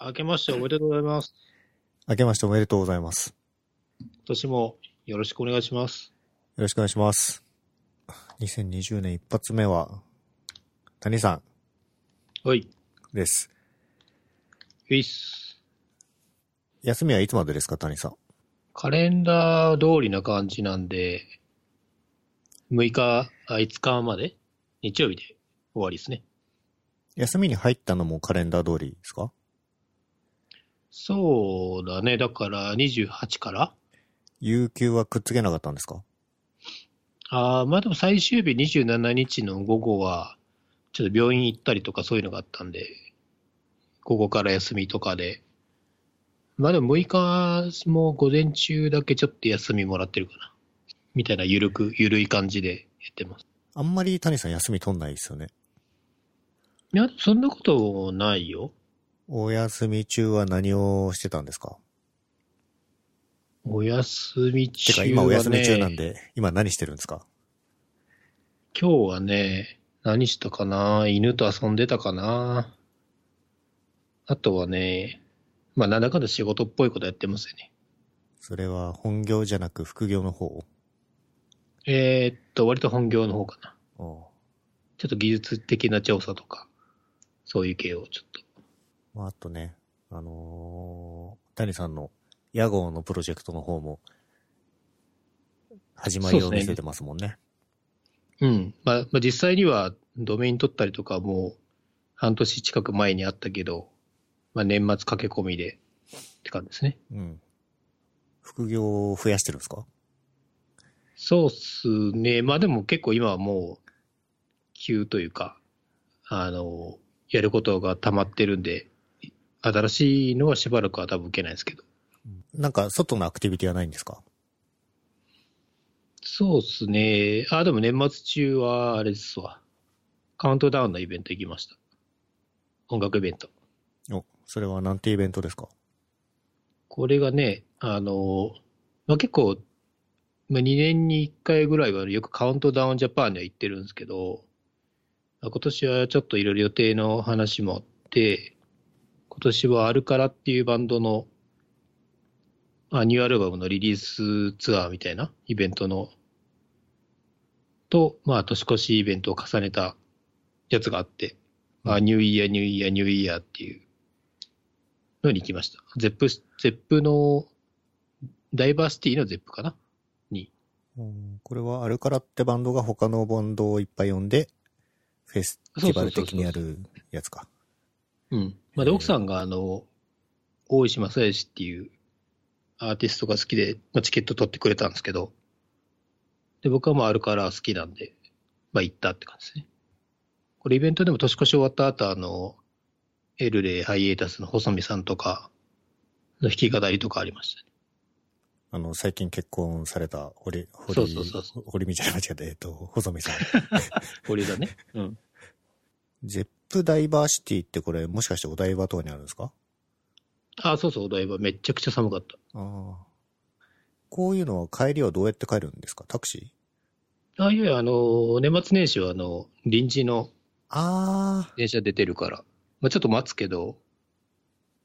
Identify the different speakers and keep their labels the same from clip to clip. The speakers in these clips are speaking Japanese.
Speaker 1: 明けましておめでとうございます。
Speaker 2: 明けましておめでとうございます。
Speaker 1: 今年もよろしくお願いします。
Speaker 2: よろしくお願いします。2020年一発目は、谷さ
Speaker 1: はい。
Speaker 2: んです。
Speaker 1: ウィス。
Speaker 2: 休みはいつまでですか、谷さん。
Speaker 1: カレンダー通りな感じなんで、6日、あ5日まで、日曜日で終わりですね。
Speaker 2: 休みに入ったのもカレンダー通りですか
Speaker 1: そうだね。だから28から
Speaker 2: 有給はくっつけなかったんですか
Speaker 1: ああ、まあでも最終日27日の午後は、ちょっと病院行ったりとかそういうのがあったんで、午後から休みとかで。まあでも6日も午前中だけちょっと休みもらってるかな。みたいなゆるく、ゆるい感じでやってます。
Speaker 2: あんまり谷さん休み取んないですよね。
Speaker 1: いや、そんなことないよ。
Speaker 2: お休み中は何をしてたんですか
Speaker 1: お休み中
Speaker 2: て
Speaker 1: は、
Speaker 2: か
Speaker 1: ね、
Speaker 2: 今お休み中なんで、今何してるんですか
Speaker 1: 今日はね、何したかな犬と遊んでたかなあとはね、まあなんだかんだ仕事っぽいことやってますよね。
Speaker 2: それは本業じゃなく副業の方
Speaker 1: えーっと、割と本業の方かな。
Speaker 2: お
Speaker 1: ちょっと技術的な調査とか、そういう系をちょっと。
Speaker 2: まあ、あとね、あのー谷さんの屋号のプロジェクトの方も、始まりを見せてますもんね。
Speaker 1: うん。まあ、まあ、実際にはドメイン取ったりとかはもう半年近く前にあったけど、まあ年末駆け込みでって感じですね。
Speaker 2: うん。副業を増やしてるんですか
Speaker 1: そうっすね。まあでも結構今はもう急というか、あの、やることが溜まってるんで、新しいのはしばらくは多分受けないですけど。
Speaker 2: なんか外のアクティビティはないんですか
Speaker 1: そうですね。あ、でも年末中は、あれですわ。カウントダウンのイベント行きました。音楽イベント。
Speaker 2: お、それはなんてイベントですか
Speaker 1: これがね、あの、まあ、結構、まあ、2年に1回ぐらいはよくカウントダウンジャパンには行ってるんですけど、まあ今年はちょっといろいろ予定の話もあって、今年はアルカラっていうバンドの、まあ、ニューアルバムのリリースツアーみたいなイベントの、と、まあ、年越しイベントを重ねたやつがあって、まあ、ニューイヤー、ニューイヤー、ニューイヤーっていうのに行きました。ゼップ、ゼップの、ダイバーシティのゼップかな
Speaker 2: うんこれはアルカラってバンドが他のバンドをいっぱい呼んで、フェスティバル的にやるやつか。
Speaker 1: うん。まあ、で、
Speaker 2: へえ
Speaker 1: 奥さんが、あの、大石正義っていうアーティストが好きで、まあ、チケット取ってくれたんですけど、で、僕はまあ、あるから好きなんで、まあ、行ったって感じですね。これ、イベントでも年越し終わった後、あの、エルレイ、ハイエータスの細見さんとかの弾き語りとかありましたね。
Speaker 2: あの、最近結婚された、堀、堀、
Speaker 1: そうそうそうそ
Speaker 2: 堀道じゃ間違えたえっと、細見さん。
Speaker 1: これだ ね。うん。
Speaker 2: ゼップダイバーシティってこれもしかしてお台場等にあるんですか
Speaker 1: あ、そうそう、お台場めっちゃくちゃ寒かった。
Speaker 2: ああ。こういうのは帰りはどうやって帰るんですかタクシー
Speaker 1: ああいやいや、あの、年末年始は、あの、臨時の
Speaker 2: ああ。
Speaker 1: 電車出てるから、まあ、ちょっと待つけど、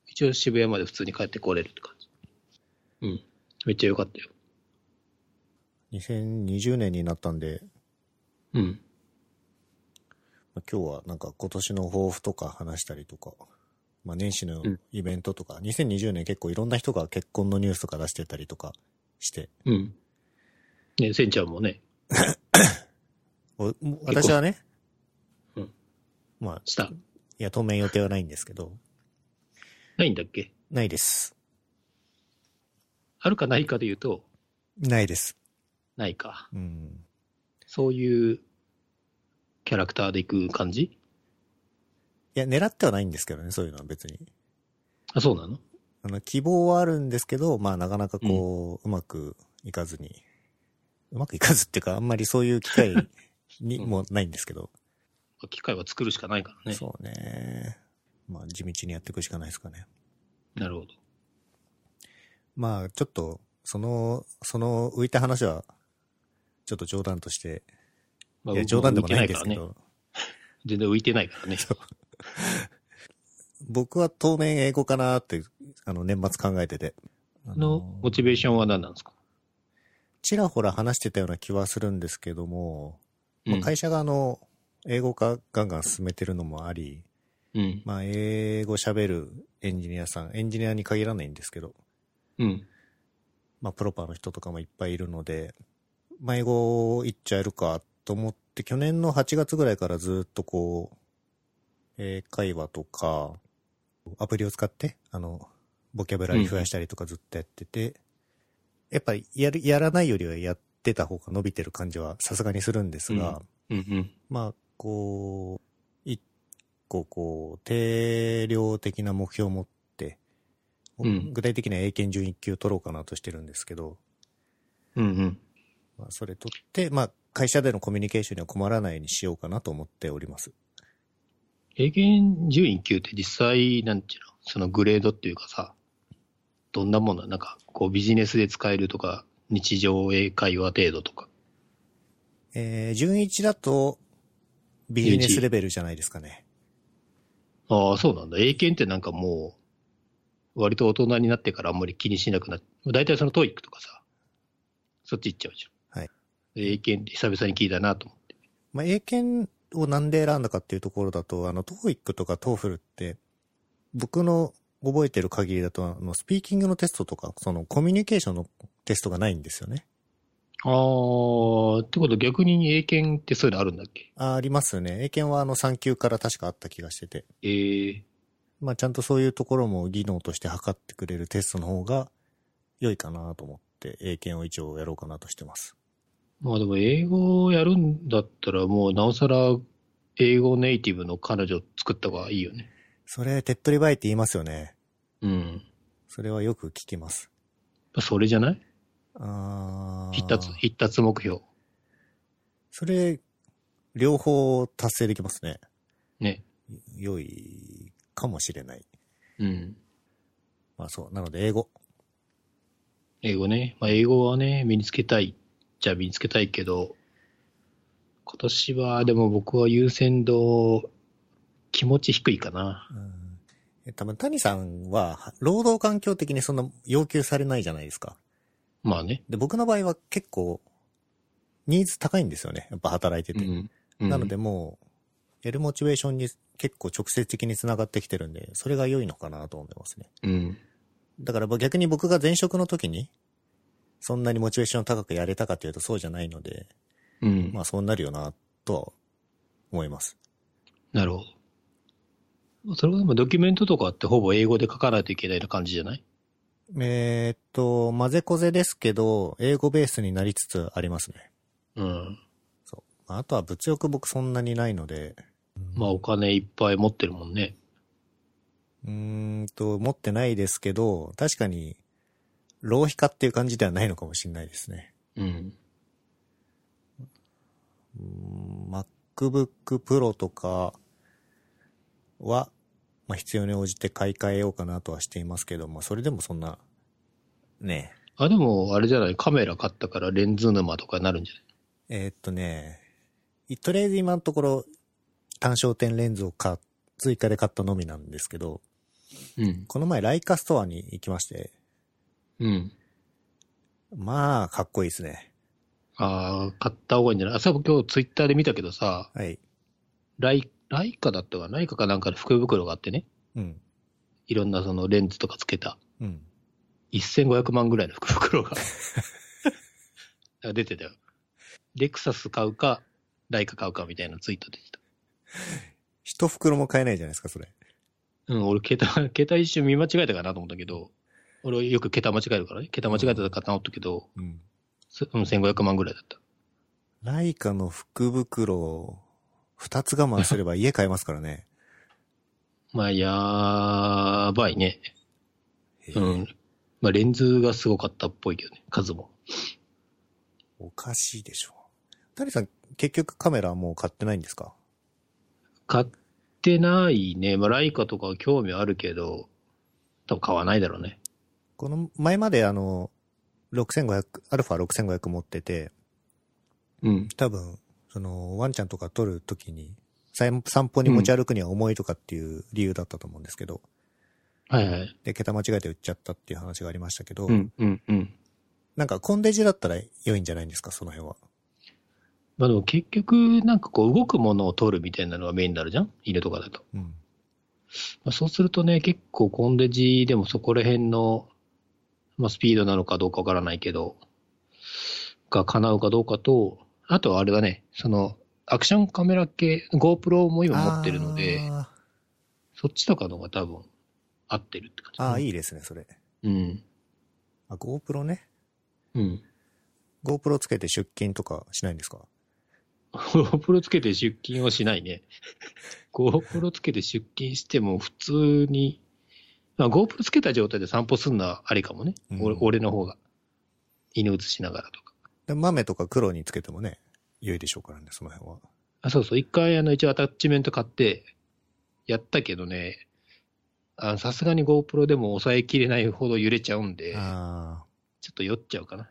Speaker 1: 一応渋谷まで普通に帰ってこれるって感じ。うん。めっちゃ良かったよ。
Speaker 2: 2020年になったんで、
Speaker 1: うん。
Speaker 2: まあ今日はなんか今年の抱負とか話したりとか、まあ年始の
Speaker 1: うん
Speaker 2: イベントとか、2020年結構いろんな人が結婚のニュースとか出してたりとかして、
Speaker 1: うん。ねせんちゃんもね、
Speaker 2: おもう私はね、
Speaker 1: うん
Speaker 2: まあ、
Speaker 1: した。
Speaker 2: いや、当面予定はないんですけど、
Speaker 1: ないんだっけ
Speaker 2: ないです。
Speaker 1: あるかないかで言うと、
Speaker 2: ないです。
Speaker 1: ないか。
Speaker 2: うん。
Speaker 1: そういうキャラクターで行く感じ
Speaker 2: いや、狙ってはないんですけどね、そういうのは別に。
Speaker 1: あ、そうなの
Speaker 2: あの、希望はあるんですけど、まあなかなかこう、うまくいかずに、うまくいかずっていうか、あんまりそういう機 会に
Speaker 1: うん
Speaker 2: もないんですけど、
Speaker 1: 機械は作るしかないからね。
Speaker 2: そうね。まあ地道にやっていくしかないですかね。
Speaker 1: なるほど。
Speaker 2: まあちょっと、その、その浮いた話は、ちょっと冗談として、
Speaker 1: ま
Speaker 2: いや
Speaker 1: 僕
Speaker 2: 冗談でもないん
Speaker 1: 浮
Speaker 2: で
Speaker 1: い
Speaker 2: す
Speaker 1: て
Speaker 2: け
Speaker 1: ないからね。
Speaker 2: ど、
Speaker 1: 全然浮いてないからね。
Speaker 2: 僕は当面英語かなって、あの、年末考えてて。あ
Speaker 1: のモチベーションは何なんですか、
Speaker 2: ちらほら話してたような気はするんですけども、まあ
Speaker 1: うん
Speaker 2: 会社があの、英語化ガンガン進めてるのもあり、
Speaker 1: うん。
Speaker 2: まあ、英語喋るエンジニアさん、エンジニアに限らないんですけど、
Speaker 1: うん。
Speaker 2: まあ、プロパーの人とかもいっぱいいるので、まあ、英語いっちゃえるかと思って、去年の8月ぐらいからずっとこう、英会話とか、アプリを使って、あの、ボキャブラリー増やしたりとかずっとやってて、やっぱりやる、やらないよりはやってた方が伸びてる感じはさすがにするんですが、
Speaker 1: うん。うん。
Speaker 2: まあ、こう、一個こう、定量的な目標を持って、
Speaker 1: うん
Speaker 2: 具体的には英検準一級取ろうかなとしてるんですけど、
Speaker 1: うん。うん。
Speaker 2: まあ、それ取って、まあ、会社でのコミュニケーションには困らないようにしようかなと思っております。
Speaker 1: 英検順位級って実際、なんていうのそのグレードっていうかさ、どんなものなのなんか、こうビジネスで使えるとか、日常英会話程度とか。
Speaker 2: えー、準一だと、ビジネスレベルじゃないですかね。
Speaker 1: ああ、そうなんだ。英検ってなんかもう、割と大人になってからあんまり気にしなくなって、大体そのトイックとかさ、そっち行っちゃうじゃん。
Speaker 2: はい。
Speaker 1: 英検って久々に聞いたなと思って。
Speaker 2: まあ、英検をなんで選んだかっていうところだと、あの、トーイックとかトーフルって、僕の覚えてる限りだと、あの、スピーキングのテストとか、その、コミュニケーションのテストがないんですよね。
Speaker 1: ああ、ってこと逆に英検ってそういうのあるんだっけ
Speaker 2: あありますね。英検はあの、3級から確かあった気がしてて。
Speaker 1: ええ
Speaker 2: まあ、ちゃんとそういうところも技能として測ってくれるテストの方が良いかなと思って、英検を一応やろうかなとしてます。
Speaker 1: まあでも英語をやるんだったらもうなおさら英語ネイティブの彼女作った方がいいよね。
Speaker 2: それ、手っ取り早いって言いますよね。
Speaker 1: うん。
Speaker 2: それはよく聞きます。
Speaker 1: それじゃない
Speaker 2: あー
Speaker 1: 必達、必達目標。
Speaker 2: それ、両方達成できますね。
Speaker 1: ね。
Speaker 2: 良いかもしれない。
Speaker 1: うん。
Speaker 2: まあそう。なので、英語。
Speaker 1: 英語ね。まあ英語はね、身につけたいじゃあ身につけたいけど、今年はでも僕は優先度気持ち低いかな。
Speaker 2: うん、え多分、谷さんは、労働環境的にそんな要求されないじゃないですか。
Speaker 1: まあね。
Speaker 2: で、僕の場合は結構、ニーズ高いんですよね。やっぱ働いて
Speaker 1: う
Speaker 2: て。
Speaker 1: ん。うん
Speaker 2: なので、もう、やるモチベーションに結構直接的につながってきてるんで、それが良いのかなと思いますね。
Speaker 1: うん。
Speaker 2: だから僕逆に僕が前職の時に、そんなにモチベーション高くやれたかというとそうじゃないので、
Speaker 1: うん。
Speaker 2: まあそうなるよな、とは思います。
Speaker 1: なるほど。それはでもドキュメントとかってほぼ英語で書かないといけないような感じじゃない
Speaker 2: えーっと、混ぜこぜですけど、英語ベースになりつつありますね。
Speaker 1: うん。
Speaker 2: そう。あとは物欲僕そんなにないので、
Speaker 1: まあお金いっぱい持ってるもんね。
Speaker 2: うーんと、持ってないですけど、確かに、浪費家っていう感じではないのかもしれないですね。
Speaker 1: うん。
Speaker 2: うーん MacBook Pro とかは、まあ、必要に応じて買い替えようかなとはしていますけど、まあ、それでもそんな、ね
Speaker 1: あ、でもあれじゃないカメラ買ったからレンズ沼とかなるんじゃない
Speaker 2: え、えーっとね、いとりあえず今のところ、単焦点レンズを買っ追加で買ったのみなんですけど、
Speaker 1: うん。
Speaker 2: この前ライカストアに行きまして、
Speaker 1: うん。
Speaker 2: まあ、かっこいいですね。
Speaker 1: ああ、買った方がいいんじゃないあ、さ、今日ツイッターで見たけどさ、
Speaker 2: はい。
Speaker 1: ライ、ライカだったかなライカかなんかの福袋があってね。
Speaker 2: うん。
Speaker 1: いろんなそのレンズとかつけた。
Speaker 2: うん。
Speaker 1: 1500万ぐらいの福袋 があ。出てたよ。レクサス買うか、ライカ買うかみたいなツイート出てた。
Speaker 2: 一袋も買えないじゃないですか、それ。
Speaker 1: うん、俺、桁、桁一瞬見間違えたかなと思ったけど、俺よく桁間違えるからね。桁間違えたかなと思ったけど、
Speaker 2: うん。
Speaker 1: すうん、1500万ぐらいだった。
Speaker 2: ライカの福袋を二つ我慢すれば家買えますからね。
Speaker 1: まあ、やばいね。う
Speaker 2: へえ
Speaker 1: ん。まあ、レンズがすごかったっぽいけどね、数も。
Speaker 2: おかしいでしょ。谷さん、結局カメラはもう買ってないんですか
Speaker 1: 買ってないね。まあ、ライカとかは興味あるけど、多分買わないだろうね。
Speaker 2: この前まであの、6500、アルファ6500持ってて、
Speaker 1: うん。
Speaker 2: 多分、その、ワンちゃんとか撮るときに、散散歩に持ち歩くには重いとかっていう理由だったと思うんですけど、
Speaker 1: はいはい。
Speaker 2: で、桁間違えて売っちゃったっていう話がありましたけど、
Speaker 1: うんうんうん。
Speaker 2: なんかコンデジだったら良いんじゃないんですか、その辺は。
Speaker 1: まあでも結局、なんかこう動くものを取るみたいなのがメインになるじゃん犬とかだと。
Speaker 2: うん。
Speaker 1: まあ、そうするとね、結構コンデジでもそこら辺の、まあ、スピードなのかどうかわからないけど、が叶うかどうかと、あとはあれだね、その、アクションカメラ系、GoPro も今持ってるので、
Speaker 2: あ
Speaker 1: そっちとかの方が多分合ってるって感じ
Speaker 2: ーあー、
Speaker 1: い。
Speaker 2: いいですね、それ。
Speaker 1: うん。
Speaker 2: あ、GoPro ね。
Speaker 1: うん。
Speaker 2: GoPro つけて出勤とかしないんですか
Speaker 1: GoPro つけて出勤はしないね。GoPro つけて出勤しても普通に、まあ、GoPro つけた状態で散歩すんのはありかもね。
Speaker 2: うん
Speaker 1: 俺俺の方が。犬映しながらとか。
Speaker 2: で豆とか黒につけてもね、良いでしょうからね、その辺は。
Speaker 1: あそうそう、一回あの一応アタッチメント買ってやったけどね、あさすがに GoPro でも抑えきれないほど揺れちゃうんで、
Speaker 2: ああ、
Speaker 1: ちょっと酔っちゃうかな。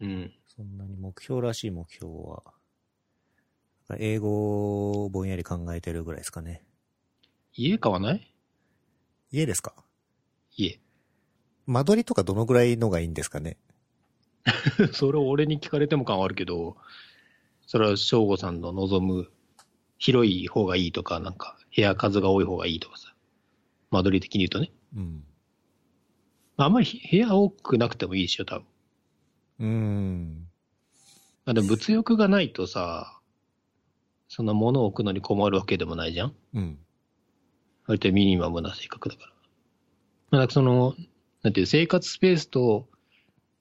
Speaker 1: うん。
Speaker 2: そんなに目標らしい目標は、英語をぼんやり考えてるぐらいですかね。
Speaker 1: 家買わない
Speaker 2: 家ですか
Speaker 1: 家。
Speaker 2: 間取りとかどのぐらいのがいいんですかね
Speaker 1: それを俺に聞かれても感はあるけど、それは省吾さんの望む広い方がいいとか、なんか部屋数が多い方がいいとかさ、間取り的に言うとね。
Speaker 2: うん。
Speaker 1: まああんまりひ部屋多くなくてもいいでしょ、多分。
Speaker 2: うーん。
Speaker 1: まあでも物欲がないとさ、そんな物を置くのに困るわけでもないじゃん
Speaker 2: うん。
Speaker 1: 割とミニマムな性格だから。まあなんかその、なんていう、生活スペースと、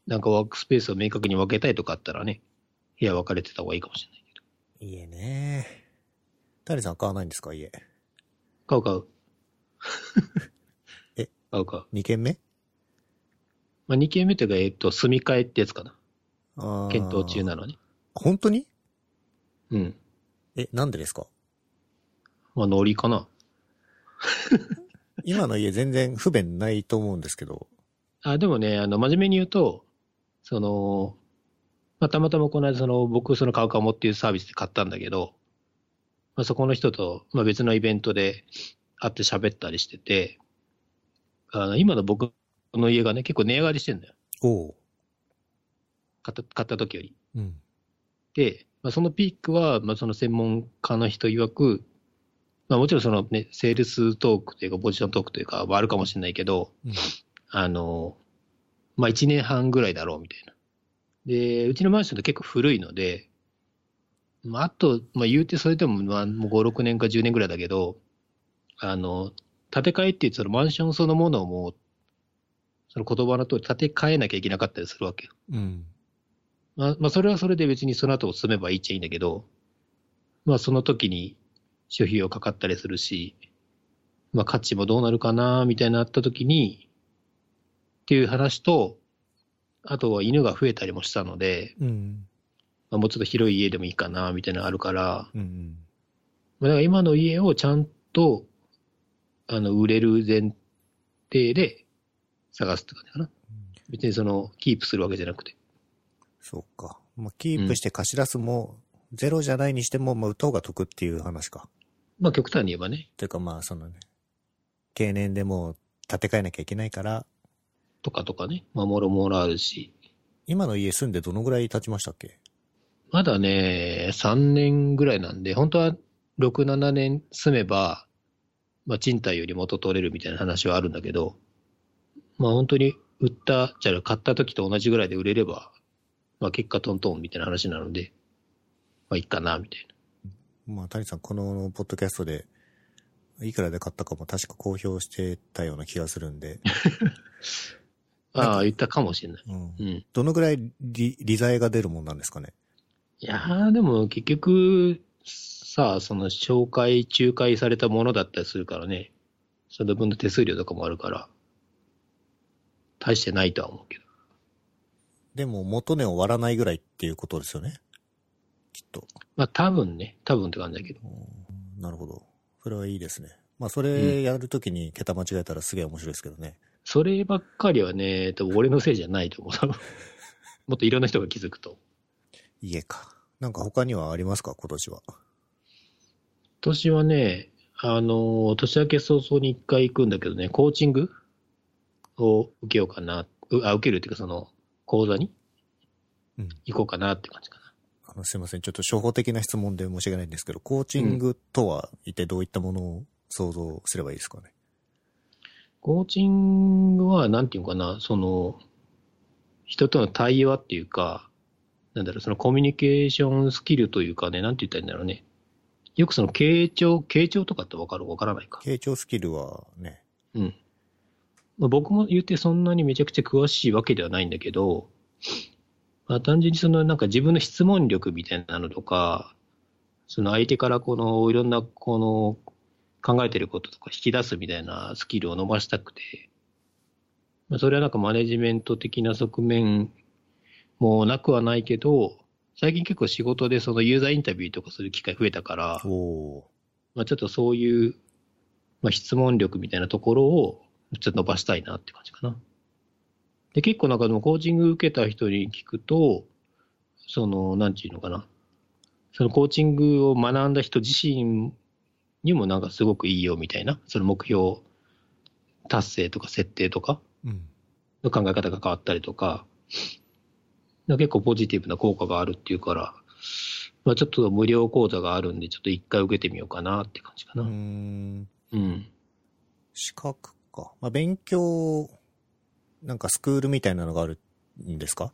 Speaker 1: なんかワークスペースを明確に分けたいとかあったらね、部屋分かれてた方がいいかもしれないけど。
Speaker 2: 家ね。タリさん買わないんですか家。
Speaker 1: 買う買う。
Speaker 2: え
Speaker 1: 買う買う。
Speaker 2: 2軒目
Speaker 1: まあ、2軒目というか、えっ、と、住み替えってやつかな。
Speaker 2: あー
Speaker 1: 検討中なのね。
Speaker 2: 本当に
Speaker 1: うん。
Speaker 2: え、なんでですか
Speaker 1: まあ、ノリかな。
Speaker 2: 今の家全然不便ないと思うんですけど。
Speaker 1: あ、でもね、あの、真面目に言うと、その、まあ、たまたまこの間、その、僕、その、カウカモっていうサービスで買ったんだけど、まあ、そこの人と、まあ、別のイベントで会って喋ったりしてて、あの、今の僕の家がね、結構値上がりしてんだよ。
Speaker 2: おう。
Speaker 1: 買った、買った時より。
Speaker 2: うん。
Speaker 1: で、まあ、そのピークは、まあ、その専門家の人曰く、まあ、もちろんそのね、セールストークというか、ポジショントークというかはあるかもしれないけど、
Speaker 2: うん
Speaker 1: あの、まあ、1年半ぐらいだろうみたいな。で、うちのマンションって結構古いので、まあ、あと、まあ、言うてそれでも、まあ、もう5、6年か10年ぐらいだけど、あの、建て替えって言って、そのマンションそのものをもう、その言葉の通り建て替えなきゃいけなかったりするわけよ
Speaker 2: うん。
Speaker 1: まあ、まあ、それはそれで別にその後住めばいいっちゃいいんだけど、まあ、その時に諸費用かかったりするし、まあ、価値もどうなるかな、みたいなあった時に、っていう話と、あとは犬が増えたりもしたので、
Speaker 2: うん。
Speaker 1: まあ、もうちょっと広い家でもいいかな、みたいなのあるから、
Speaker 2: うん。
Speaker 1: まあ、だから今の家をちゃんと、あの、売れる前提で探すって感じかな。別にその、キープするわけじゃなくて。
Speaker 2: そうか。まあ、キープして貸し出すも、ゼロじゃないにしても、まあ、売った方が得っていう話か。
Speaker 1: まあ、極端に言えばね、
Speaker 2: というかまあ、そのね、経年でもう建て替えなきゃいけないから、
Speaker 1: とかとかね、まあ、もろもろあるし、
Speaker 2: 今の家住んでどのぐらい経ちましたっけ
Speaker 1: まだね、3年ぐらいなんで、本当は6、7年住めば、まあ、賃貸より元取れるみたいな話はあるんだけど、まあ、本当に売った、じゃあ買った時と同じぐらいで売れれば、まあ、結果トントンみたいな話なので、まあ、いいかな、みたいな。
Speaker 2: まあ、谷さん、このポッドキャストで、いくらで買ったかも確か公表してたような気がするんで、なんか
Speaker 1: ああ、言ったかもしれない。
Speaker 2: うん
Speaker 1: う、ん。
Speaker 2: どのぐらい利利罪が出るもんなんですかね
Speaker 1: いやーでも結局、さあ、その紹介、仲介されたものだったりするからね、その分の手数料とかもあるから、大してないとは思うけど。
Speaker 2: でも元値を割らないぐらいっていうことですよねきっと。
Speaker 1: まあ多分ね、多分って感じだけど。
Speaker 2: うんなるほど。それはいいですね。まあ、それやるときに桁間違えたらすげえ面白いですけどね。
Speaker 1: そればっかりはね、多分俺のせいじゃないと思う。多分もっといろんな人が気づくと。
Speaker 2: 家か。なんか他にはありますか今年は。
Speaker 1: 年はね、あの、年明け早々に一回行くんだけどね、コーチングを受けようかな。うあ、受けるっていうか、その、講座に
Speaker 2: うん
Speaker 1: 行こうかなって感じかな。
Speaker 2: あのすいません。ちょっと初歩的な質問で申し訳ないんですけど、コーチングとは一体どういったものを想像すればいいですかね。
Speaker 1: コーチングは、なんていうのかな、その、人との対話っていうか、なんだろう、そのコミュニケーションスキルというかね、なんて言ったらいいんだろうね。よくその、傾聴、傾聴とかってわかるわからないか。
Speaker 2: 傾聴スキルはね、
Speaker 1: うん。まあ、僕も言ってそんなにめちゃくちゃ詳しいわけではないんだけど、まあ、単純にそのなんか自分の質問力みたいなのとか、その相手からこのいろんなこの考えてることとか引き出すみたいなスキルを伸ばしたくて、まあ、それはなんかマネジメント的な側面もなくはないけど、最近結構仕事でそのユーザーインタビューとかする機会増えたから、
Speaker 2: おお
Speaker 1: まあ、ちょっとそういう、まあ、質問力みたいなところをちょっと伸ばしたいなって感じかな。で、結構なんかでもコーチング受けた人に聞くと、その、なんていうのかな。そのコーチングを学んだ人自身にもなんかすごくいいよみたいな、その目標達成とか設定とか
Speaker 2: ー。うん。
Speaker 1: の考え方が変わったりとか、なんか結構ポジティブな効果があるっていうから、まあちょっと無料講座があるんで、ちょっと一回受けてみようかなって感じか
Speaker 2: う
Speaker 1: な。
Speaker 2: ーん。
Speaker 1: うん。
Speaker 2: 資格か。まあ、勉強、なんかスクールみたいなのがあるんですか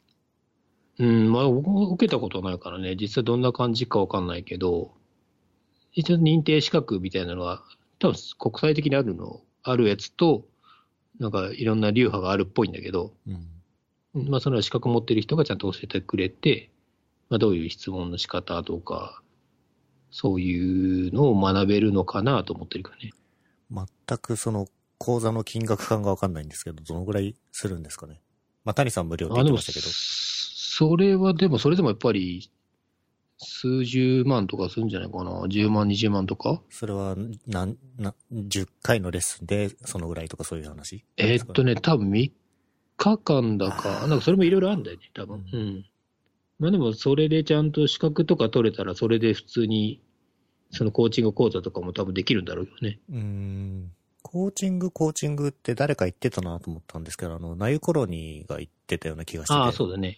Speaker 1: うん、まあ、僕も受けたことないからね、実際どんな感じかわかんないけど、一応認定資格みたいなのは、多分国際的にあるの、あるやつと、なんかいろんな流派があるっぽいんだけど、
Speaker 2: うん。
Speaker 1: まあ、その資格持ってる人がちゃんと教えてくれて、まあ、どういう質問の仕方とか、そういうのを学べるのかなと思ってるからね。
Speaker 2: 全くその、講座の金額感がわかんないんですけど、どのぐらいするんですかね。まあ、谷さん無料って言
Speaker 1: あ、
Speaker 2: っ
Speaker 1: で
Speaker 2: て
Speaker 1: も、
Speaker 2: ましたけど。
Speaker 1: それは、でも、それでもやっぱり、数十万とかするんじゃないかな。10万、20万とか。
Speaker 2: それは、なん、な、10回のレッスンで、そのぐらいとかそういう話
Speaker 1: えーっと
Speaker 2: ね。
Speaker 1: ね、多分3日間だ
Speaker 2: あー
Speaker 1: か、なんかそれもいろいろあるんだよね、多分。う
Speaker 2: う
Speaker 1: んん。まあでも、それでちゃんと資格とか取れたら、それで普通に、そのコーチング講座とかも多分できるんだろうよね。
Speaker 2: うーん。コーチング、コーチングって誰か言ってたなと思ったんですけど、あの、ナユコロニーが言ってたような気がしてて。
Speaker 1: ああ、そうだね。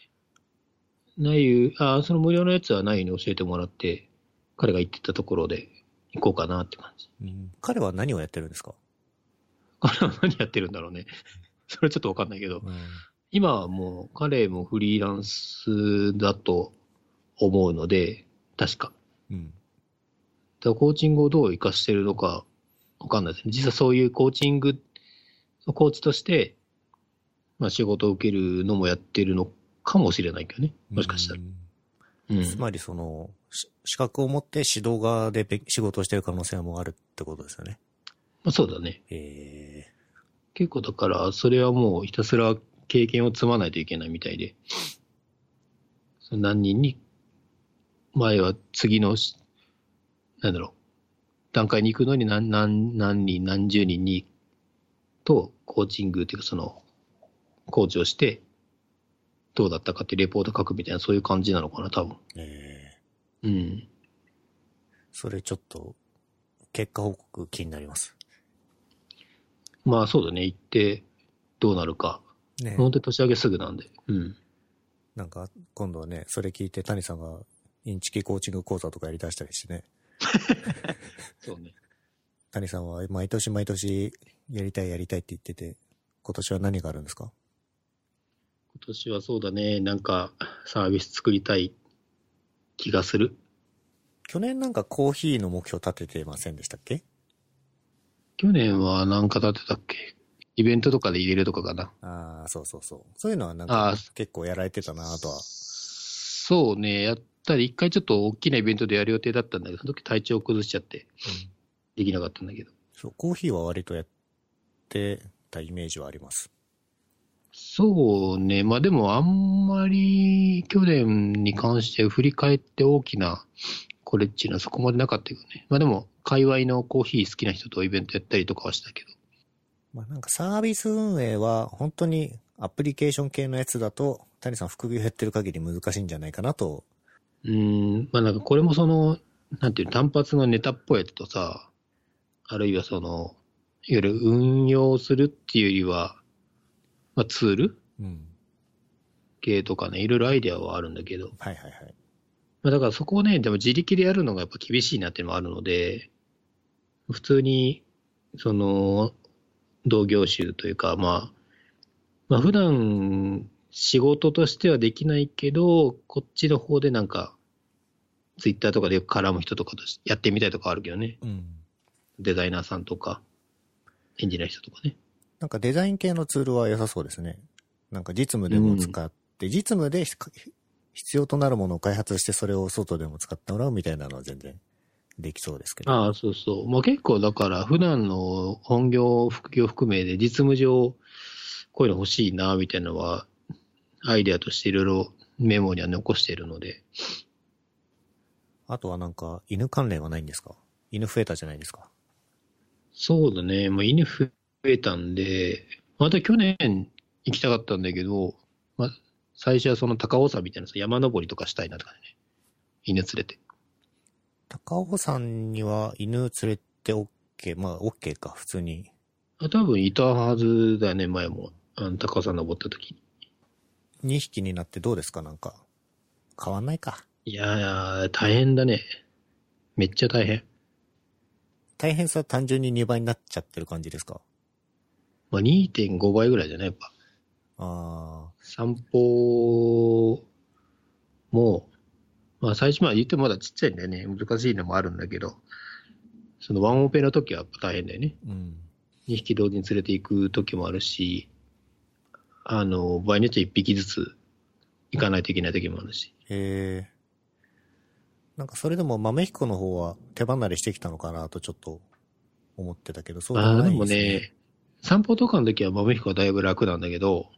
Speaker 1: ない、ああ、その無料のやつはないに教えてもらって、彼が言ってたところで行こうかなって感じ。
Speaker 2: うん彼は何をやってるんですか、
Speaker 1: 彼は何やってるんだろうね。 それちょっとわかんないけど。今はもう彼もフリーランスだと思うので、確か。
Speaker 2: うん。
Speaker 1: だからコーチングをどう活かしてるのかわかんないですね。実はそういうコーチング、コーチとして、まあ仕事を受けるのもやってるのかもしれないけどね。もしかしたら。
Speaker 2: うん
Speaker 1: うん。
Speaker 2: つまりその、し資格を持って指導側でべ仕事をしてる可能性もあるってことですよね。
Speaker 1: まあ、そうだね。
Speaker 2: え
Speaker 1: 結構だから、それはもうひたすら経験を積まないといけないみたいで。その何人に、前は次のし、なんだろう、段階に行くのに何、何、何人、何十人に、と、コーチングっていうか、その、コーチをして、どうだったかっていうレポート書くみたいな、そういう感じなのかな、多分。
Speaker 2: ーえ
Speaker 1: うん。
Speaker 2: ーそれちょっと、結果報告気になります。
Speaker 1: まあそうだね、行って、どうなるか。
Speaker 2: ね、
Speaker 1: 本当に年明けすぐなんで。うん。
Speaker 2: なんか、今度はね、それ聞いて谷さんが、インチキコーチング講座とかやり出したりしてね、
Speaker 1: そうね。
Speaker 2: 谷さんは毎年毎年、やりたいやりたいって言ってて、今年は何があるんですか
Speaker 1: 今年はそうだね、なんかサービス作りたい気がする。
Speaker 2: 去年なんかコーヒーの目標立ててませんでしたっけ
Speaker 1: 去年はなんか立てたっけイベントとかで入れるとかかな。
Speaker 2: ああ、そうそうそう。そういうのはなん
Speaker 1: あ
Speaker 2: か
Speaker 1: あ、
Speaker 2: 結構やられてたなとは。
Speaker 1: そうね、やったり、一回ちょっと大きなイベントでやる予定だったんだけど、その時体調崩しちゃって、できなかったんだけど。
Speaker 2: そう、コーヒーは割とやってたイメージはあります。
Speaker 1: そうね、まあでもあんまり去年に関して振り返って大きなこれっちゅうのはそこまでなかったけどね。まあでも、界隈のコーヒー好きな人とイベントやったりとかはしたけど。
Speaker 2: まあなんかサービス運営は本当にアプリケーション系のやつだと、谷さん副業やってる限り難しいんじゃないかなと。
Speaker 1: うーん、まあなんかこれもその、なんていうの単発のネタっぽいやつとさ、あるいはその、いわゆる運用するっていうよりは、まあ、ツール
Speaker 2: うん。
Speaker 1: 系とかね、いろいろアイデアはあるんだけど、
Speaker 2: はいはいはい。
Speaker 1: まあ、だからそこをね、でも自力でやるのがやっぱ厳しいなっていうのもあるので、普通に、その、同業種というか、まあ、まあ、普段仕事としてはできないけど、こっちの方でなんか、ツイッターとかでよく絡む人とかとしやってみたいとかあるけどね。
Speaker 2: うん。
Speaker 1: デザイナーさんとか、エンジニアの人とかね。
Speaker 2: なんかデザイン系のツールは良さそうですね。なんか実務でも使って、実務でひ必要となるものを開発して、それを外でも使ってもらうみたいなのは全然できそうですけど。
Speaker 1: ああ、そうそう。まあ結構だから、普段の本業、副業含めで実務上、こういうの欲しいな、みたいなのは、アイデアとしていろいろメモには残しているので。
Speaker 2: あとはなんか犬関連はないんですか犬増えたじゃないですか。
Speaker 1: そうだね。まあ犬増えたんで、また去年行きたかったんだけど、まあ最初はその高尾山みたいなさ山登りとかしたいなとかね。犬連れて。
Speaker 2: 高尾さんには犬連れて OK、まあ OK か、普通に。
Speaker 1: あ多分いたはずだね、前も。あの高尾山登った時に。
Speaker 2: 2匹になってどうですかなんか。変わんないか。
Speaker 1: いやー、大変だね。めっちゃ大変。
Speaker 2: 大変さは単純に2倍になっちゃってる感じですか
Speaker 1: まあ、2.5倍ぐらいじゃないやっぱ。
Speaker 2: あ
Speaker 1: 散歩も、まあ最初まあ言ってもまだちっちゃいんだよね。難しいのもあるんだけど、そのワンオペの時はやっぱ大変だよね。
Speaker 2: ー、うん。
Speaker 1: 2匹同時に連れて行く時もあるし、あの、場合によっては1匹ずつ行かないといけない時もあるし。
Speaker 2: えー、なんかそれでも豆彦の方は手離れしてきたのかなとちょっと思ってたけど、そう
Speaker 1: ああ、
Speaker 2: な
Speaker 1: で
Speaker 2: い
Speaker 1: もね、散歩とかの時は豆彦はだいぶ楽なんだけど、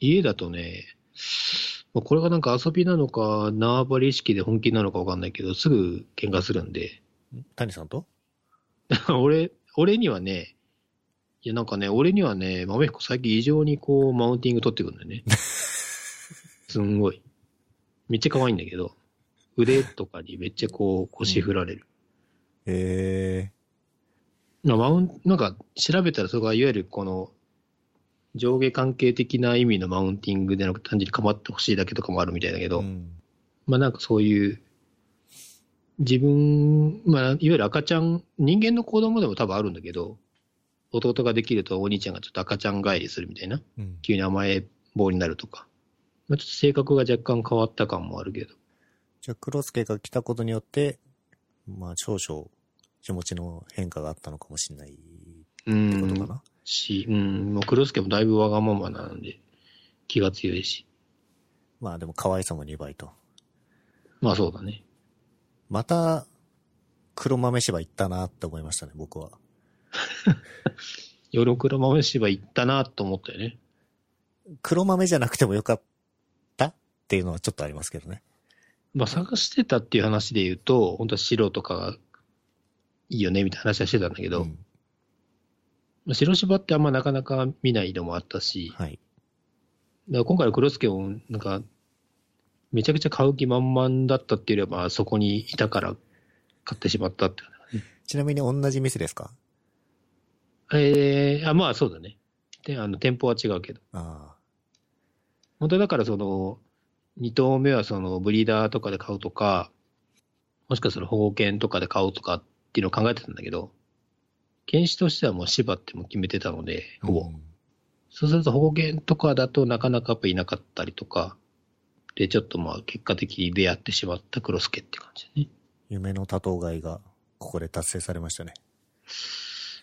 Speaker 1: 家だとね、まあこれがなんか遊びなのか、縄張り意識で本気なのかわかんないけど、すぐ喧嘩するんで、
Speaker 2: 谷さんと
Speaker 1: 俺、俺にはね、いやなんかね、俺にはね、豆彦最近異常にこう、マウンティング取ってくるんだよね。すんごい。めっちゃ可愛いんだけど、腕とかにめっちゃこう、腰振られる。
Speaker 2: え
Speaker 1: まあマウンなんか調べたらそれがいわゆるこの上下関係的な意味のマウンティングでなく単純に構ってほしいだけとかもあるみたいだけ
Speaker 2: ー
Speaker 1: ど、
Speaker 2: うん。
Speaker 1: まあなんかそういう自分、まあいわゆる赤ちゃん、人間の子供でも多分あるんだけど、弟ができるとお兄ちゃんがちょっと赤ちゃん返りするみたいな、
Speaker 2: うん
Speaker 1: 急に甘え棒になるとか、まあちょっと性格が若干変わった感もあるけど、
Speaker 2: じゃあ、黒助が来たことによって、まあ、少々気持ちの変化があったのかもしれないって
Speaker 1: う
Speaker 2: ことか
Speaker 1: ん、
Speaker 2: な。
Speaker 1: し、うん、もう黒助もだいぶわがままなんで気が強いし、
Speaker 2: まあ、でも可愛さも2倍と。
Speaker 1: まあそうだね。
Speaker 2: また、黒豆芝行ったなって思いましたね、僕は。
Speaker 1: 夜黒豆芝行ったなと思ったよね。
Speaker 2: 黒豆じゃなくてもよかったっていうのはちょっとありますけどね。
Speaker 1: まあ探してたっていう話で言うと、本当は白とかがいいよねみたいな話はしてたんだけど、
Speaker 2: うん
Speaker 1: まあ白芝ってあんまなかなか見ないのもあったし、
Speaker 2: はい。
Speaker 1: だから今回の黒助もなんか、めちゃくちゃ買う気満々だったっていうよりは、まあそこにいたから買ってしまったっていう。
Speaker 2: ちなみに同じ店ですか
Speaker 1: えー、あまあそうだね。で、あの店舗は違うけど。
Speaker 2: ああ。
Speaker 1: 本当はだからその、2頭目はそのブリーダーとかで買うとか、もしくはその保護犬とかで買うとかっていうのを考えてたんだけど、犬種としてはもう芝ってもう決めてたので、ほぼ。
Speaker 2: うん
Speaker 1: そうすると保護犬とかだとなかなかやっぱいなかったりとか、で、ちょっとまあ結果的に出会ってしまった黒助って感じだね。
Speaker 2: 夢の多頭飼いが、ここで達成されましたね。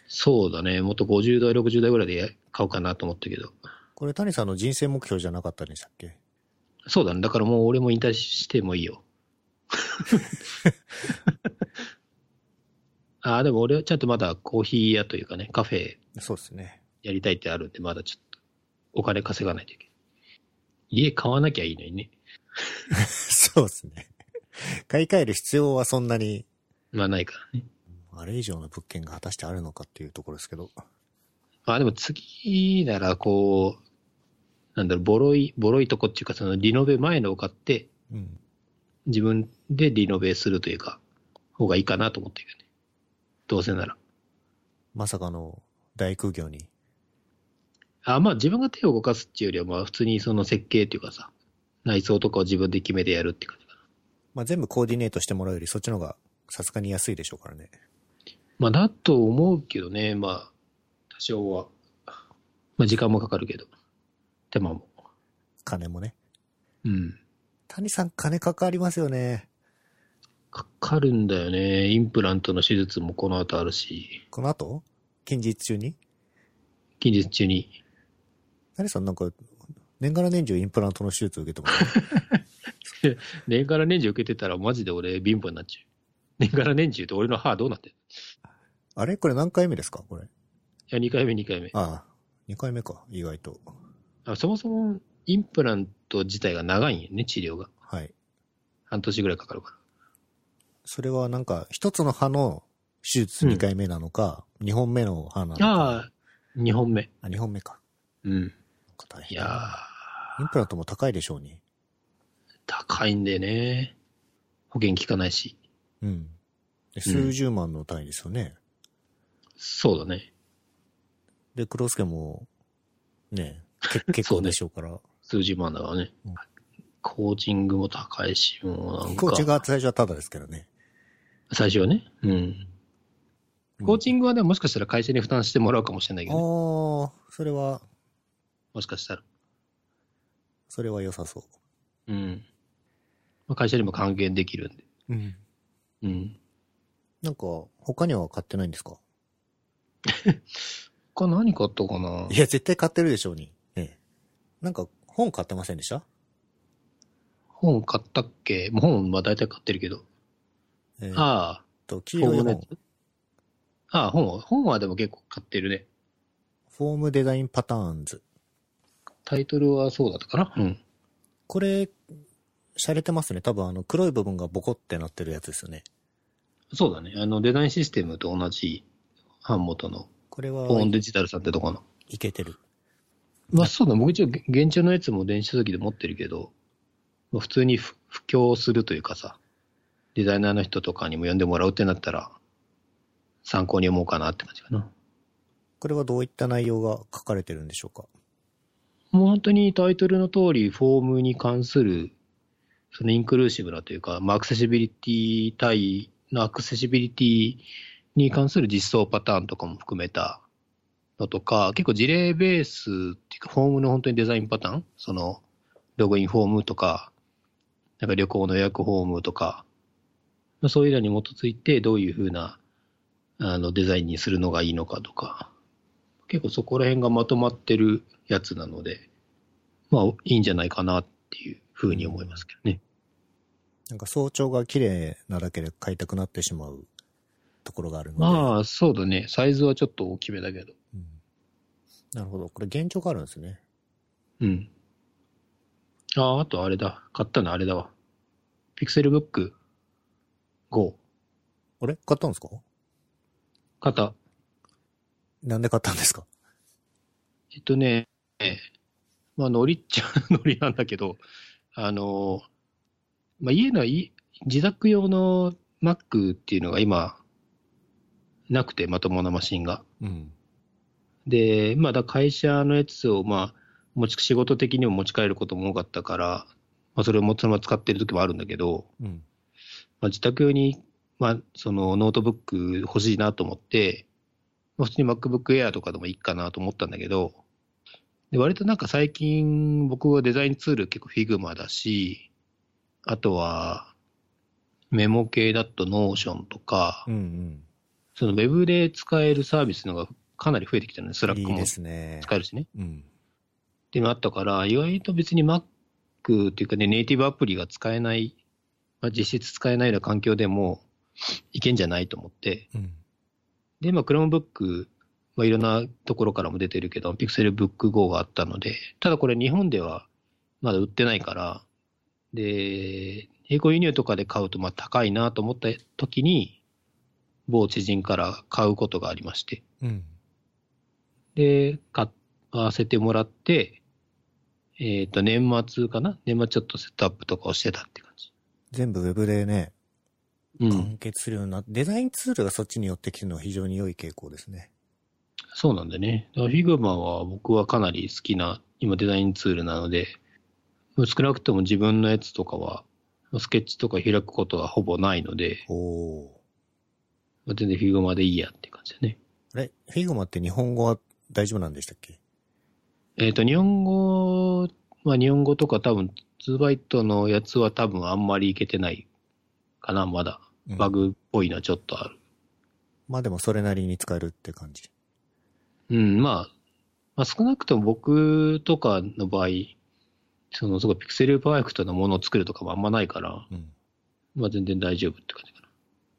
Speaker 1: そうだね。もっと50代、60代ぐらいで買おうかなと思ったけど。
Speaker 2: これ、谷さんの人生目標じゃなかったんでしたっけ
Speaker 1: そうだね。だからもう俺も引退してもいいよ。ああ、でも俺はちゃんとまだコーヒー屋というかね、カフェ
Speaker 2: そうですね。
Speaker 1: やりたいってあるんで、まだちょっとお金稼がないといけない。家買わなきゃいいのにね。
Speaker 2: そうですね。買い替える必要はそんなに、
Speaker 1: まあないからね。
Speaker 2: あれ以上の物件が果たしてあるのかっていうところですけど。
Speaker 1: まあでも次ならこう、なんだろう、ボロい、ボロいとこっていうかそのリノベ前のを買って、
Speaker 2: うん。
Speaker 1: 自分でリノベするというか、方がいいかなと思ってるよね。どうせなら。
Speaker 2: まさかの大空業に。
Speaker 1: あまあ自分が手を動かすっていうよりは、まあ普通にその設計っていうかさ、内装とかを自分で決めてやるって感じかな。
Speaker 2: まあ、全部コーディネートしてもらうより、そっちの方がさすがに安いでしょうからね。
Speaker 1: まあだと思うけどね、まあ、多少は。まあ時間もかかるけど、手間も。
Speaker 2: 金もね。
Speaker 1: うん。
Speaker 2: 谷さん金かかりますよね。
Speaker 1: かかるんだよね。インプラントの手術もこの後あるし、
Speaker 2: この後近日中に
Speaker 1: 近日中に。
Speaker 2: 谷さんなんか、年がら年中インプラントの手術受けてもらう。
Speaker 1: 年がら年中受けてたらマジで俺貧乏になっちゃう。年がら年中って俺の歯どうなってんの
Speaker 2: あれこれ何回目ですかこれ。
Speaker 1: いや、2回目2回目。
Speaker 2: ああ、2回目か。意外と。
Speaker 1: あそもそもインプラント自体が長いんよね、治療が。
Speaker 2: はい。
Speaker 1: 半年ぐらいかかるから。
Speaker 2: それはなんか、一つの歯の手術
Speaker 1: うん
Speaker 2: 2回目なのか、二2本目の歯なのか。
Speaker 1: ああ、2本目。
Speaker 2: あ、2本目か。
Speaker 1: うん。
Speaker 2: なんか大
Speaker 1: い
Speaker 2: 変
Speaker 1: や
Speaker 2: だ
Speaker 1: ー
Speaker 2: な。インプラントも高いでしょうに。
Speaker 1: 高いんでね。保険効かないし。
Speaker 2: うん。で数十万の単位ですよね。
Speaker 1: そうだね。
Speaker 2: で、クロスケも、ね、け結
Speaker 1: そう
Speaker 2: 構
Speaker 1: ね
Speaker 2: でしょうから。
Speaker 1: 数十万だからね。
Speaker 2: うん
Speaker 1: コーチングも高いし、もうなん
Speaker 2: コーチ
Speaker 1: か。
Speaker 2: が最初はタダですけどね。
Speaker 1: 最初はね。うん。コーチングはね、もしかしたら会社に負担してもらうかもしれないけ
Speaker 2: あ
Speaker 1: どね。
Speaker 2: あ、それは、
Speaker 1: もしかしたら。
Speaker 2: それは良さそ
Speaker 1: うん。まあ、会社にも還元できるんで。
Speaker 2: う。うん。
Speaker 1: うん。
Speaker 2: なんか、他には買ってないんですか
Speaker 1: 他何買ったかない
Speaker 2: や、絶対買ってるでしょうに。ええ。なんか、本買ってませんでした
Speaker 1: 本買ったっけもう本は大体買ってるけど。
Speaker 2: ええっ
Speaker 1: あ
Speaker 2: と、
Speaker 1: あ、
Speaker 2: 黄
Speaker 1: フォー
Speaker 2: 色い
Speaker 1: ムのや
Speaker 2: 本
Speaker 1: つ。ああ、本は、本はでも結構買ってるね。
Speaker 2: フォームデザインパターンズ。
Speaker 1: タイトルはそうだったかなうん。
Speaker 2: これ、洒落てますね。多分あの、黒い部分がボコってなってるやつですよね。
Speaker 1: そうだね。あの、デザインシステムと同じ版元の、
Speaker 2: これは
Speaker 1: ポ、ーンデジタルさんってとこの。
Speaker 2: いけてる。
Speaker 1: まあそうだ、僕一応、現状のやつも電子書籍で持ってるけど、まあ、普通に布布教するというかさ、デザイナーの人とかにも読んでもらうってなったら、参考に思うかなって感じかな。
Speaker 2: これはどういった内容が書かれてるんでしょうか
Speaker 1: もう本当にタイトルの通り、フォームに関する、そのインクルーシブなというか、まあ、アクセシビリティ対、のアクセシビリティに関する実装パターンとかも含めたのとか、結構事例ベースっていうか、フォームの本当にデザインパターン、その、ログインフォームとか、なんか旅行の予約フォームとか、まあそういうのに基づいてどういうふうな、あの、デザインにするのがいいのかとか、結構そこら辺がまとまってるやつなので、まあ、いいんじゃないかなっていうふうに思いますけどね。
Speaker 2: なんか早朝が綺麗なだけで買いたくなってしまうところがあるので。
Speaker 1: まあ、そうだね。サイズはちょっと大きめだけど。
Speaker 2: うんなるほど。これ現状があるんですね。
Speaker 1: うん。ああ、あとあれだ。買ったのあれだわ。ピクセルブック GO。
Speaker 2: あれ買ったんですか
Speaker 1: 買った。
Speaker 2: なんで買ったんですか
Speaker 1: えっとね、まあ、ノリっちゃノリなんだけど、あの、まあ、家のい自宅用の Mac っていうのが今、なくて、まともなマシンが。
Speaker 2: うん。
Speaker 1: で、まあだ会社のやつを、まあ、持ち、仕事的にも持ち帰ることも多かったから、まあそれをもそのまま使ってる時もあるんだけど、
Speaker 2: うん。
Speaker 1: まあ自宅用に、まあそのノートブック欲しいなと思って、まあ普通に MacBook Air とかでもいいかなと思ったんだけど、で割となんか最近僕はデザインツール結構 Figma だし、あとはメモ系だと Notion とか
Speaker 2: うんう、ん。
Speaker 1: その Web で使えるサービスのがかなり増えてきたので、スラッ
Speaker 2: い
Speaker 1: ク
Speaker 2: い
Speaker 1: も
Speaker 2: ですね。
Speaker 1: 使えるしね。
Speaker 2: うん。
Speaker 1: っていうのあったから、意外と別に Mac っていうかね、ネイティブアプリが使えない、まあ、実質使えないような環境でもいけんじゃないと思って。
Speaker 2: うん。
Speaker 1: で、まあ、Chromebook、まあ、いろんなところからも出てるけど、Pixelbook Go があったので、ただこれ日本ではまだ売ってないから、で、並行輸入とかで買うとまあ高いなと思った時に、某知人から買うことがありまして。
Speaker 2: うん。
Speaker 1: で、買わせてもらって、えっ、と、年末かな年末ちょっとセットアップとかをしてたって感じ。
Speaker 2: 全部ウェブでね、
Speaker 1: うん。
Speaker 2: 完結するようになデザインツールがそっちに寄ってきてるのは非常に良い傾向ですね。
Speaker 1: そうなんでね。だから Figma は僕はかなり好きな、今デザインツールなので、少なくとも自分のやつとかは、スケッチとか開くことはほぼないので、
Speaker 2: おお。
Speaker 1: まあ全然 Figma でいいやって感じだね。
Speaker 2: あれフィグマって日本語は大丈夫なんでしたっけ
Speaker 1: えっ、と、日本語、まあ日本語とか多分、2バイトのやつは多分あんまりいけてないかな、まだ。
Speaker 2: うん
Speaker 1: バグっぽいのはちょっとある。
Speaker 2: まあでもそれなりに使えるって感じ。
Speaker 1: うん、まあ、まあ、少なくとも僕とかの場合、そのすごいピクセルパーフェクトなものを作るとかもあんまないから、
Speaker 2: うん。
Speaker 1: まあ全然大丈夫って感じかな。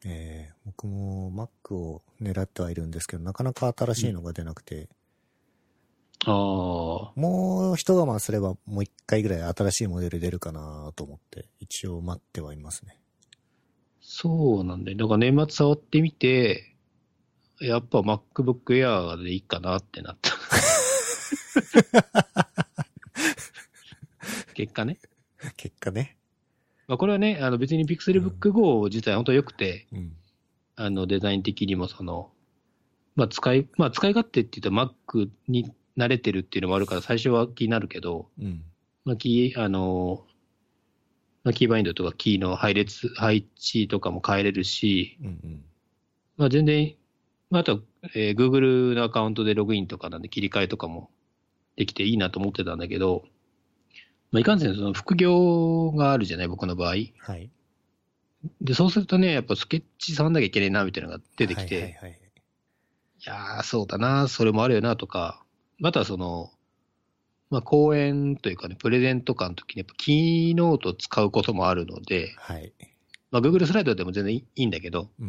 Speaker 2: えー、僕も Mac を狙ってはいるんですけど、なかなか新しいのが出なくて、
Speaker 1: ああ、
Speaker 2: もう一我慢すればもう一回ぐらい新しいモデル出るかなと思って、一応待ってはいますね。
Speaker 1: そうなんだよ。だから年末触ってみて、やっぱ MacBook Air でいいかなってなった。結果ね。
Speaker 2: 結果ね。
Speaker 1: まあこれはね、あの別に Pixelbook Go 自体本当良くて、
Speaker 2: うん。
Speaker 1: あのデザイン的にもその、まあ、使い、まあ、使い勝手って言うと Mac に慣れてるっていうのもあるから最初は気になるけど、
Speaker 2: うん。
Speaker 1: まあ、キー、あの、まあ、キーバインドとかキーの配列、配置とかも変えれるし、
Speaker 2: うんうん。
Speaker 1: まあ、全然、まあ、あと、えー Google のアカウントでログインとかなんで切り替えとかもできていいなと思ってたんだけど、まあ、いかんせんその副業があるじゃない、僕の場合。
Speaker 2: はい。
Speaker 1: で、そうするとね、やっぱスケッチ触んなきゃいけないなみたいなのが出てきて、
Speaker 2: はいはいはい。
Speaker 1: いやー、そうだな、それもあるよなとか、またその、まあ、講演というかね、プレゼント感の時に、やっぱキーノートを使うこともあるので、
Speaker 2: はい。
Speaker 1: まあ、Google スライドでも全然いいんだけど、
Speaker 2: うん。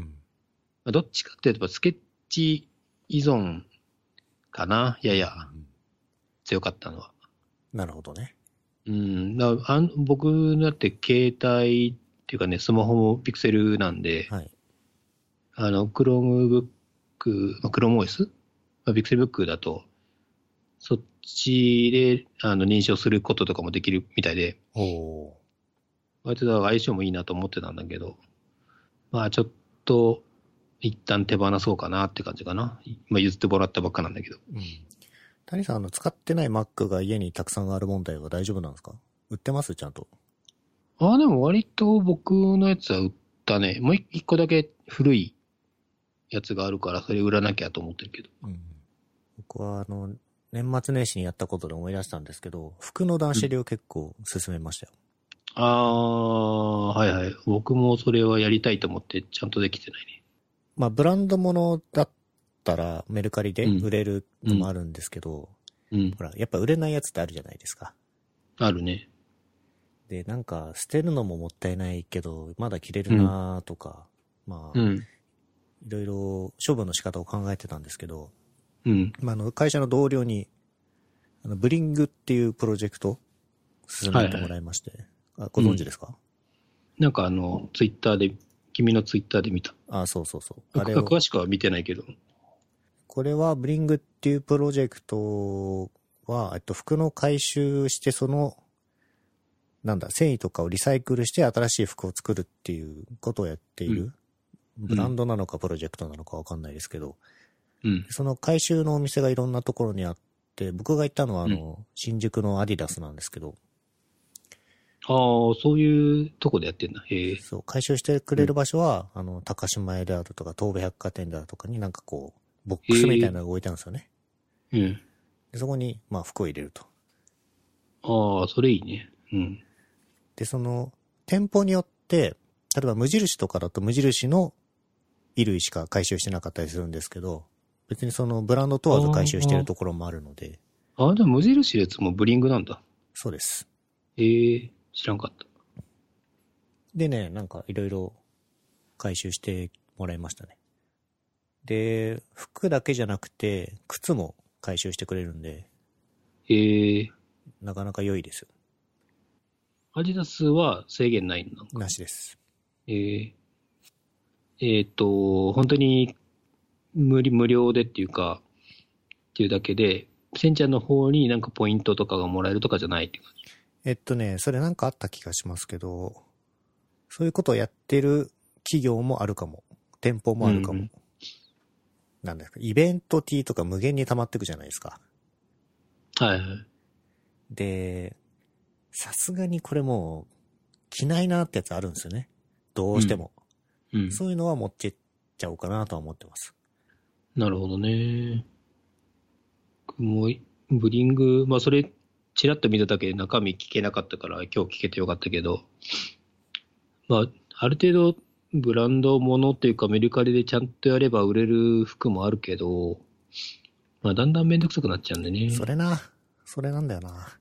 Speaker 1: まあ、どっちかっていうと、スケッチ依存かな、やや
Speaker 2: うん
Speaker 1: 強かったのは。
Speaker 2: なるほどね。
Speaker 1: うん、だあん僕だって携帯っていうかね、スマホもピクセルなんで、
Speaker 2: はい。
Speaker 1: あの、Chromebook、まあ ChromeOS? まあ、Pixelbook だと、そっちであの認証することとかもできるみたいで、
Speaker 2: おお
Speaker 1: 割とだから相性もいいなと思ってたんだけど、まあちょっと、一旦手放そうかなって感じかな。まあ譲ってもらったばっかなんだけど。
Speaker 2: ー。うん。谷さん、あの、使ってない Mac が家にたくさんある問題は大丈夫なんですか売ってますちゃんと。
Speaker 1: ああ、でも割と僕のやつは売ったね。もう一一個だけ古いやつがあるから、それ売らなきゃと思ってるけど。
Speaker 2: うん。僕は、あの、年末年始にやったことで思い出したんですけど、服の断捨離を結構進めましたよ。
Speaker 1: ああ、はいはい。僕もそれはやりたいと思って、ちゃんとできてないね。
Speaker 2: まあ、ブランドものだったらメルカリで売れるのもあるんですけど、
Speaker 1: うん
Speaker 2: ほ、ら、やっぱ売れないやつってあるじゃないですか。
Speaker 1: あるね。
Speaker 2: で、なんか、捨てるのももったいないけど、まだ着れるなーとか、まあ、
Speaker 1: ん。
Speaker 2: いろいろ処分の仕方を考えてたんですけど、
Speaker 1: うん。
Speaker 2: まあ、あの会社の同僚に、あのブリングっていうプロジェクト、進めてもらいまして、あご存知ですか、
Speaker 1: なんかあの、ツイッターで、君のツイッターで見た。
Speaker 2: あそうそうそう。あ
Speaker 1: 僕
Speaker 2: れ
Speaker 1: は
Speaker 2: を、
Speaker 1: 詳しくは見てないけど。
Speaker 2: これはブリングっていうプロジェクトは、えっと、服の回収して、その、なんだ、繊維とかをリサイクルして新しい服を作るっていうことをやっている、ブランドなのかプロジェクトなのかわかんないですけど、
Speaker 1: うん。
Speaker 2: その回収のお店がいろんなところにあって、僕が行ったのは、あの、新宿のアディダスなんですけど、
Speaker 1: ああ、そういうとこでやってんだ。へえ。
Speaker 2: そう、回収してくれる場所は、あの、高島屋であるとか、東武百貨店であるとかになんかこう、ボックスみたいなのが置いてあるんですよね。
Speaker 1: うん。
Speaker 2: でそこに、まあ、服を入れると。
Speaker 1: ああ、それいいね。うん。
Speaker 2: で、その、店舗によって、例えば無印とかだと無印の衣類しか回収してなかったりするんですけど、別にそのブランド問わず回収してるところもあるので、
Speaker 1: ああ、でも無印のやつもブリングなんだ。
Speaker 2: そうです。
Speaker 1: へえ、知らんかった。
Speaker 2: でね、なんかいろいろ回収してもらいましたね。で、服だけじゃなくて、靴も回収してくれるんで、
Speaker 1: へえ。
Speaker 2: なかなか良いですよ。
Speaker 1: アディダスは制限ないの
Speaker 2: なしです。
Speaker 1: えー、えーっと、本当に無理無料でっていうか、っていうだけで、センちゃんの方になんかポイントとかがもらえるとかじゃないっていう感じ。
Speaker 2: えっとね、それなんかあった気がしますけど、そういうことをやってる企業もあるかも。店舗もあるかも。
Speaker 1: うんうん
Speaker 2: なんですか。イベント T とか無限に溜まってくじゃないですか。
Speaker 1: はいはい。
Speaker 2: で、さすがにこれもう、着ないなってやつあるんですよね。どうしても。
Speaker 1: うん。
Speaker 2: そういうのは持ってっちゃおうかなとは思ってます。
Speaker 1: なるほどね。僕もいブリング、まあそれ、ちらっと見ただけで中身聞けなかったから、今日聞けてよかったけど、まあ、ある程度、ブランドものっていうか、メルカリでちゃんとやれば売れる服もあるけど、まあ、だんだんめんどくさくなっちゃうんでね。
Speaker 2: それな。それなんだよな。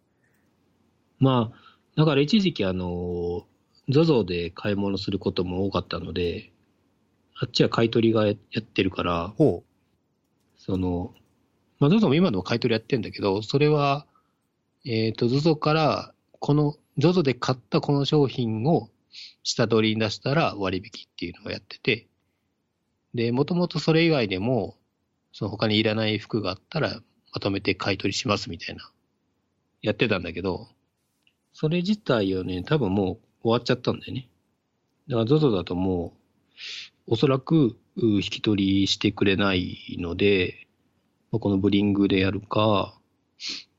Speaker 1: まあ、だから一時期、あの、ZOZO で買い物することも多かったので、あっちは買い取りがややってるから、
Speaker 2: ほ
Speaker 1: その、まあ、ZOZO も今でも買い取りやってんだけど、それは、えっ、と、ZOZO から、この、ZOZO で買ったこの商品を下取りに出したら割引っていうのをやってて、で、もともとそれ以外でも、その他にいらない服があったら、まとめて買い取りしますみたいな、やってたんだけど、それ自体をね、多分もう終わっちゃったんだよね。だから ZOZO だともう、おそらくう引き取りしてくれないので、まあこのブリングでやるか、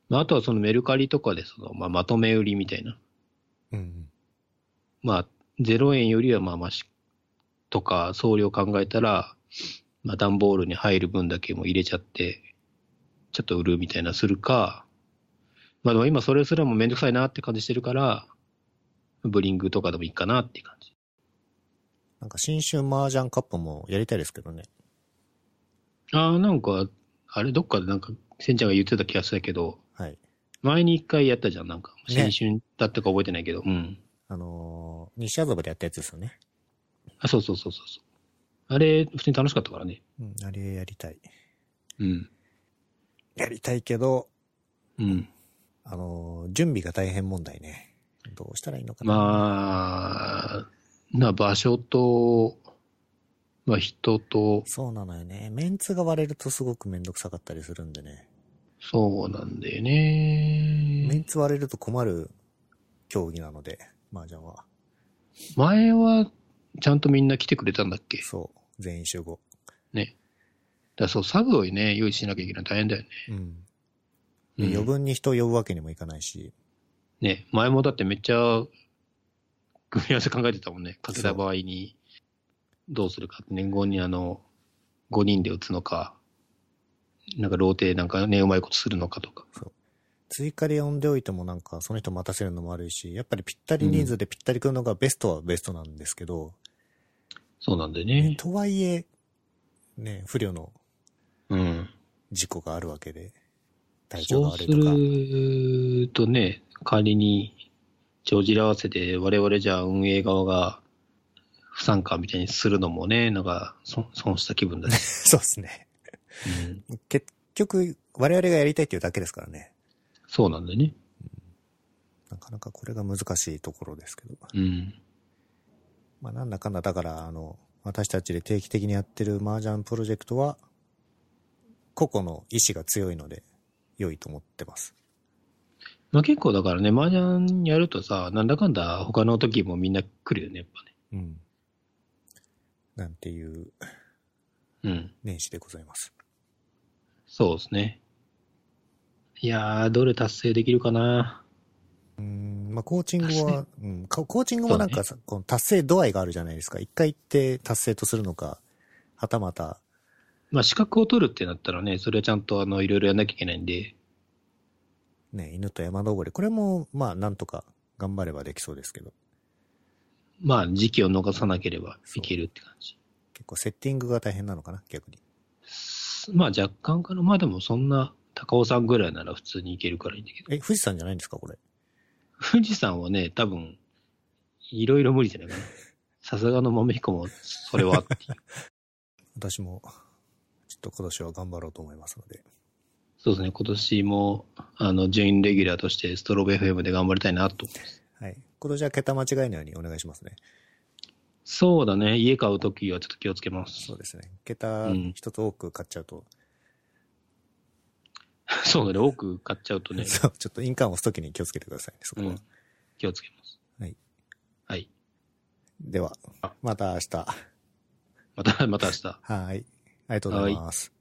Speaker 1: まあ、あとはそのメルカリとかでその、まあ、まとめ売りみたいな、
Speaker 2: う。うん。
Speaker 1: まあ、0円よりはまあましとか、送料考えたら、まあ、段ボールに入る分だけも入れちゃって、ちょっと売るみたいなするか、まあでも今それすらもめんどくさいなって感じしてるから、ブリングとかでもいいかなって感じ。
Speaker 2: なんか新春麻雀カップもやりたいですけどね。
Speaker 1: ああ、なんか、あれ、どっかでなんか、せんちゃんが言ってた気がしたけど、
Speaker 2: はい。
Speaker 1: 前に一回やったじゃん、なんか。
Speaker 2: ね
Speaker 1: 新春だったか覚えてないけど。うん。
Speaker 2: あのー、西麻布でやったやつですよね。
Speaker 1: あ、そうそうそうそうそう。あれ、普通に楽しかったからね。
Speaker 2: うん、あれやりたい。
Speaker 1: うん。
Speaker 2: やりたいけど、
Speaker 1: うん。
Speaker 2: あのー、準備が大変問題ね。どうしたらいいのかな。
Speaker 1: まあ、な、場所と、まあ人と、
Speaker 2: そうなのよね。メンツが割れるとすごくめんどくさかったりするんでね。
Speaker 1: そうなんだよ
Speaker 2: メ
Speaker 1: ね
Speaker 2: ン。ツ割れると困る競技なので、麻雀は。
Speaker 1: 前は、ちゃんとみんな来てくれたんだっけだか
Speaker 2: そう。全員集合。
Speaker 1: らそう、サブをね、用意しなきゃいけないの大変だよね。
Speaker 2: うん。
Speaker 1: う
Speaker 2: で
Speaker 1: ん
Speaker 2: 余分に人を呼ぶわけにもいかないし。
Speaker 1: ね、前もだってめっちゃ、組み合わせ考えてたもんね。かけた場合に、どうするかって。年後にあの、5人で打つのか、なんかローテなんかね、うまいことするのかとか。
Speaker 2: 追加で呼んでおいてもなんか、その人待たせるのも悪いし、やっぱりぴったり人数でぴったり来るのがベストはベストなんですけど、
Speaker 1: そうなんだよ
Speaker 2: ね
Speaker 1: ね。
Speaker 2: とはいえ、ね、不慮の
Speaker 1: うん。
Speaker 2: 事故があるわけで、体調が
Speaker 1: そうす
Speaker 2: 悪いとか。
Speaker 1: るとね、仮に、帳尻合わせで我々じゃ運営側が不参加みたいにするのもね、なんか損損した気分だね。
Speaker 2: そうですね。
Speaker 1: うん、
Speaker 2: 結局、我々がやりたいっていうだけですからね。
Speaker 1: そうなんだよね。
Speaker 2: なかなかこれが難しいところですけど。
Speaker 1: うん。
Speaker 2: まあなんだかんだ、だから、あの、私たちで定期的にやってる麻雀プロジェクトは、個々の意志が強いので、良いと思ってます。
Speaker 1: まあ結構だからね、麻雀やるとさ、なんだかんだ他の時もみんな来るよね、やっ
Speaker 2: うん。なんていう
Speaker 1: ぱね。うん。
Speaker 2: 年始でございます。
Speaker 1: そうですね。いやー、どれ達成できるかな。
Speaker 2: うん、まあコーチングは、うん、ココーチングもなんかさ、この達成度合いがあるじゃないですか。一回行って達成とするのか、はたまた、
Speaker 1: まあ資格を取るってなったらね、それはちゃんとあの、いろいろやんなきゃいけないんで、
Speaker 2: ね、犬と山登り。これも、まあなんとか頑張ればできそうですけど。
Speaker 1: まあ時期を逃さなければいけるって感じ。
Speaker 2: 結構セッティングが大変なのかな、逆に。
Speaker 1: まあ若干かな。まあでもそんな、高尾さんぐらいなら普通に行けるからいいんだけど。
Speaker 2: え、富士山じゃないんですか、これ。
Speaker 1: 富士山はね、多分、いろいろ無理じゃないかな。さすがの豆彦も、それはっていう。
Speaker 2: 私も、ちょっと今年は頑張ろうと思いますので。
Speaker 1: そうですね、今年も、あの、準レギュラーとして、ストロベ FM で頑張りたいなと。
Speaker 2: はい。今年は桁間違いのようにお願いしますね。
Speaker 1: そうだね、家買うときはちょっと気をつけます。
Speaker 2: そ
Speaker 1: そう
Speaker 2: ですね。桁
Speaker 1: うん
Speaker 2: 一つ多く買っちゃうと、
Speaker 1: うだね、多く買っちゃうとね、
Speaker 2: そう、ちょっと印鑑を押すときに気をつけてくださいね、そこ
Speaker 1: う
Speaker 2: は。
Speaker 1: ん、気をつけます。
Speaker 2: はい。
Speaker 1: はい。
Speaker 2: では
Speaker 1: あ、
Speaker 2: また明日。
Speaker 1: また、また明日。
Speaker 2: はい。ありがとうございます。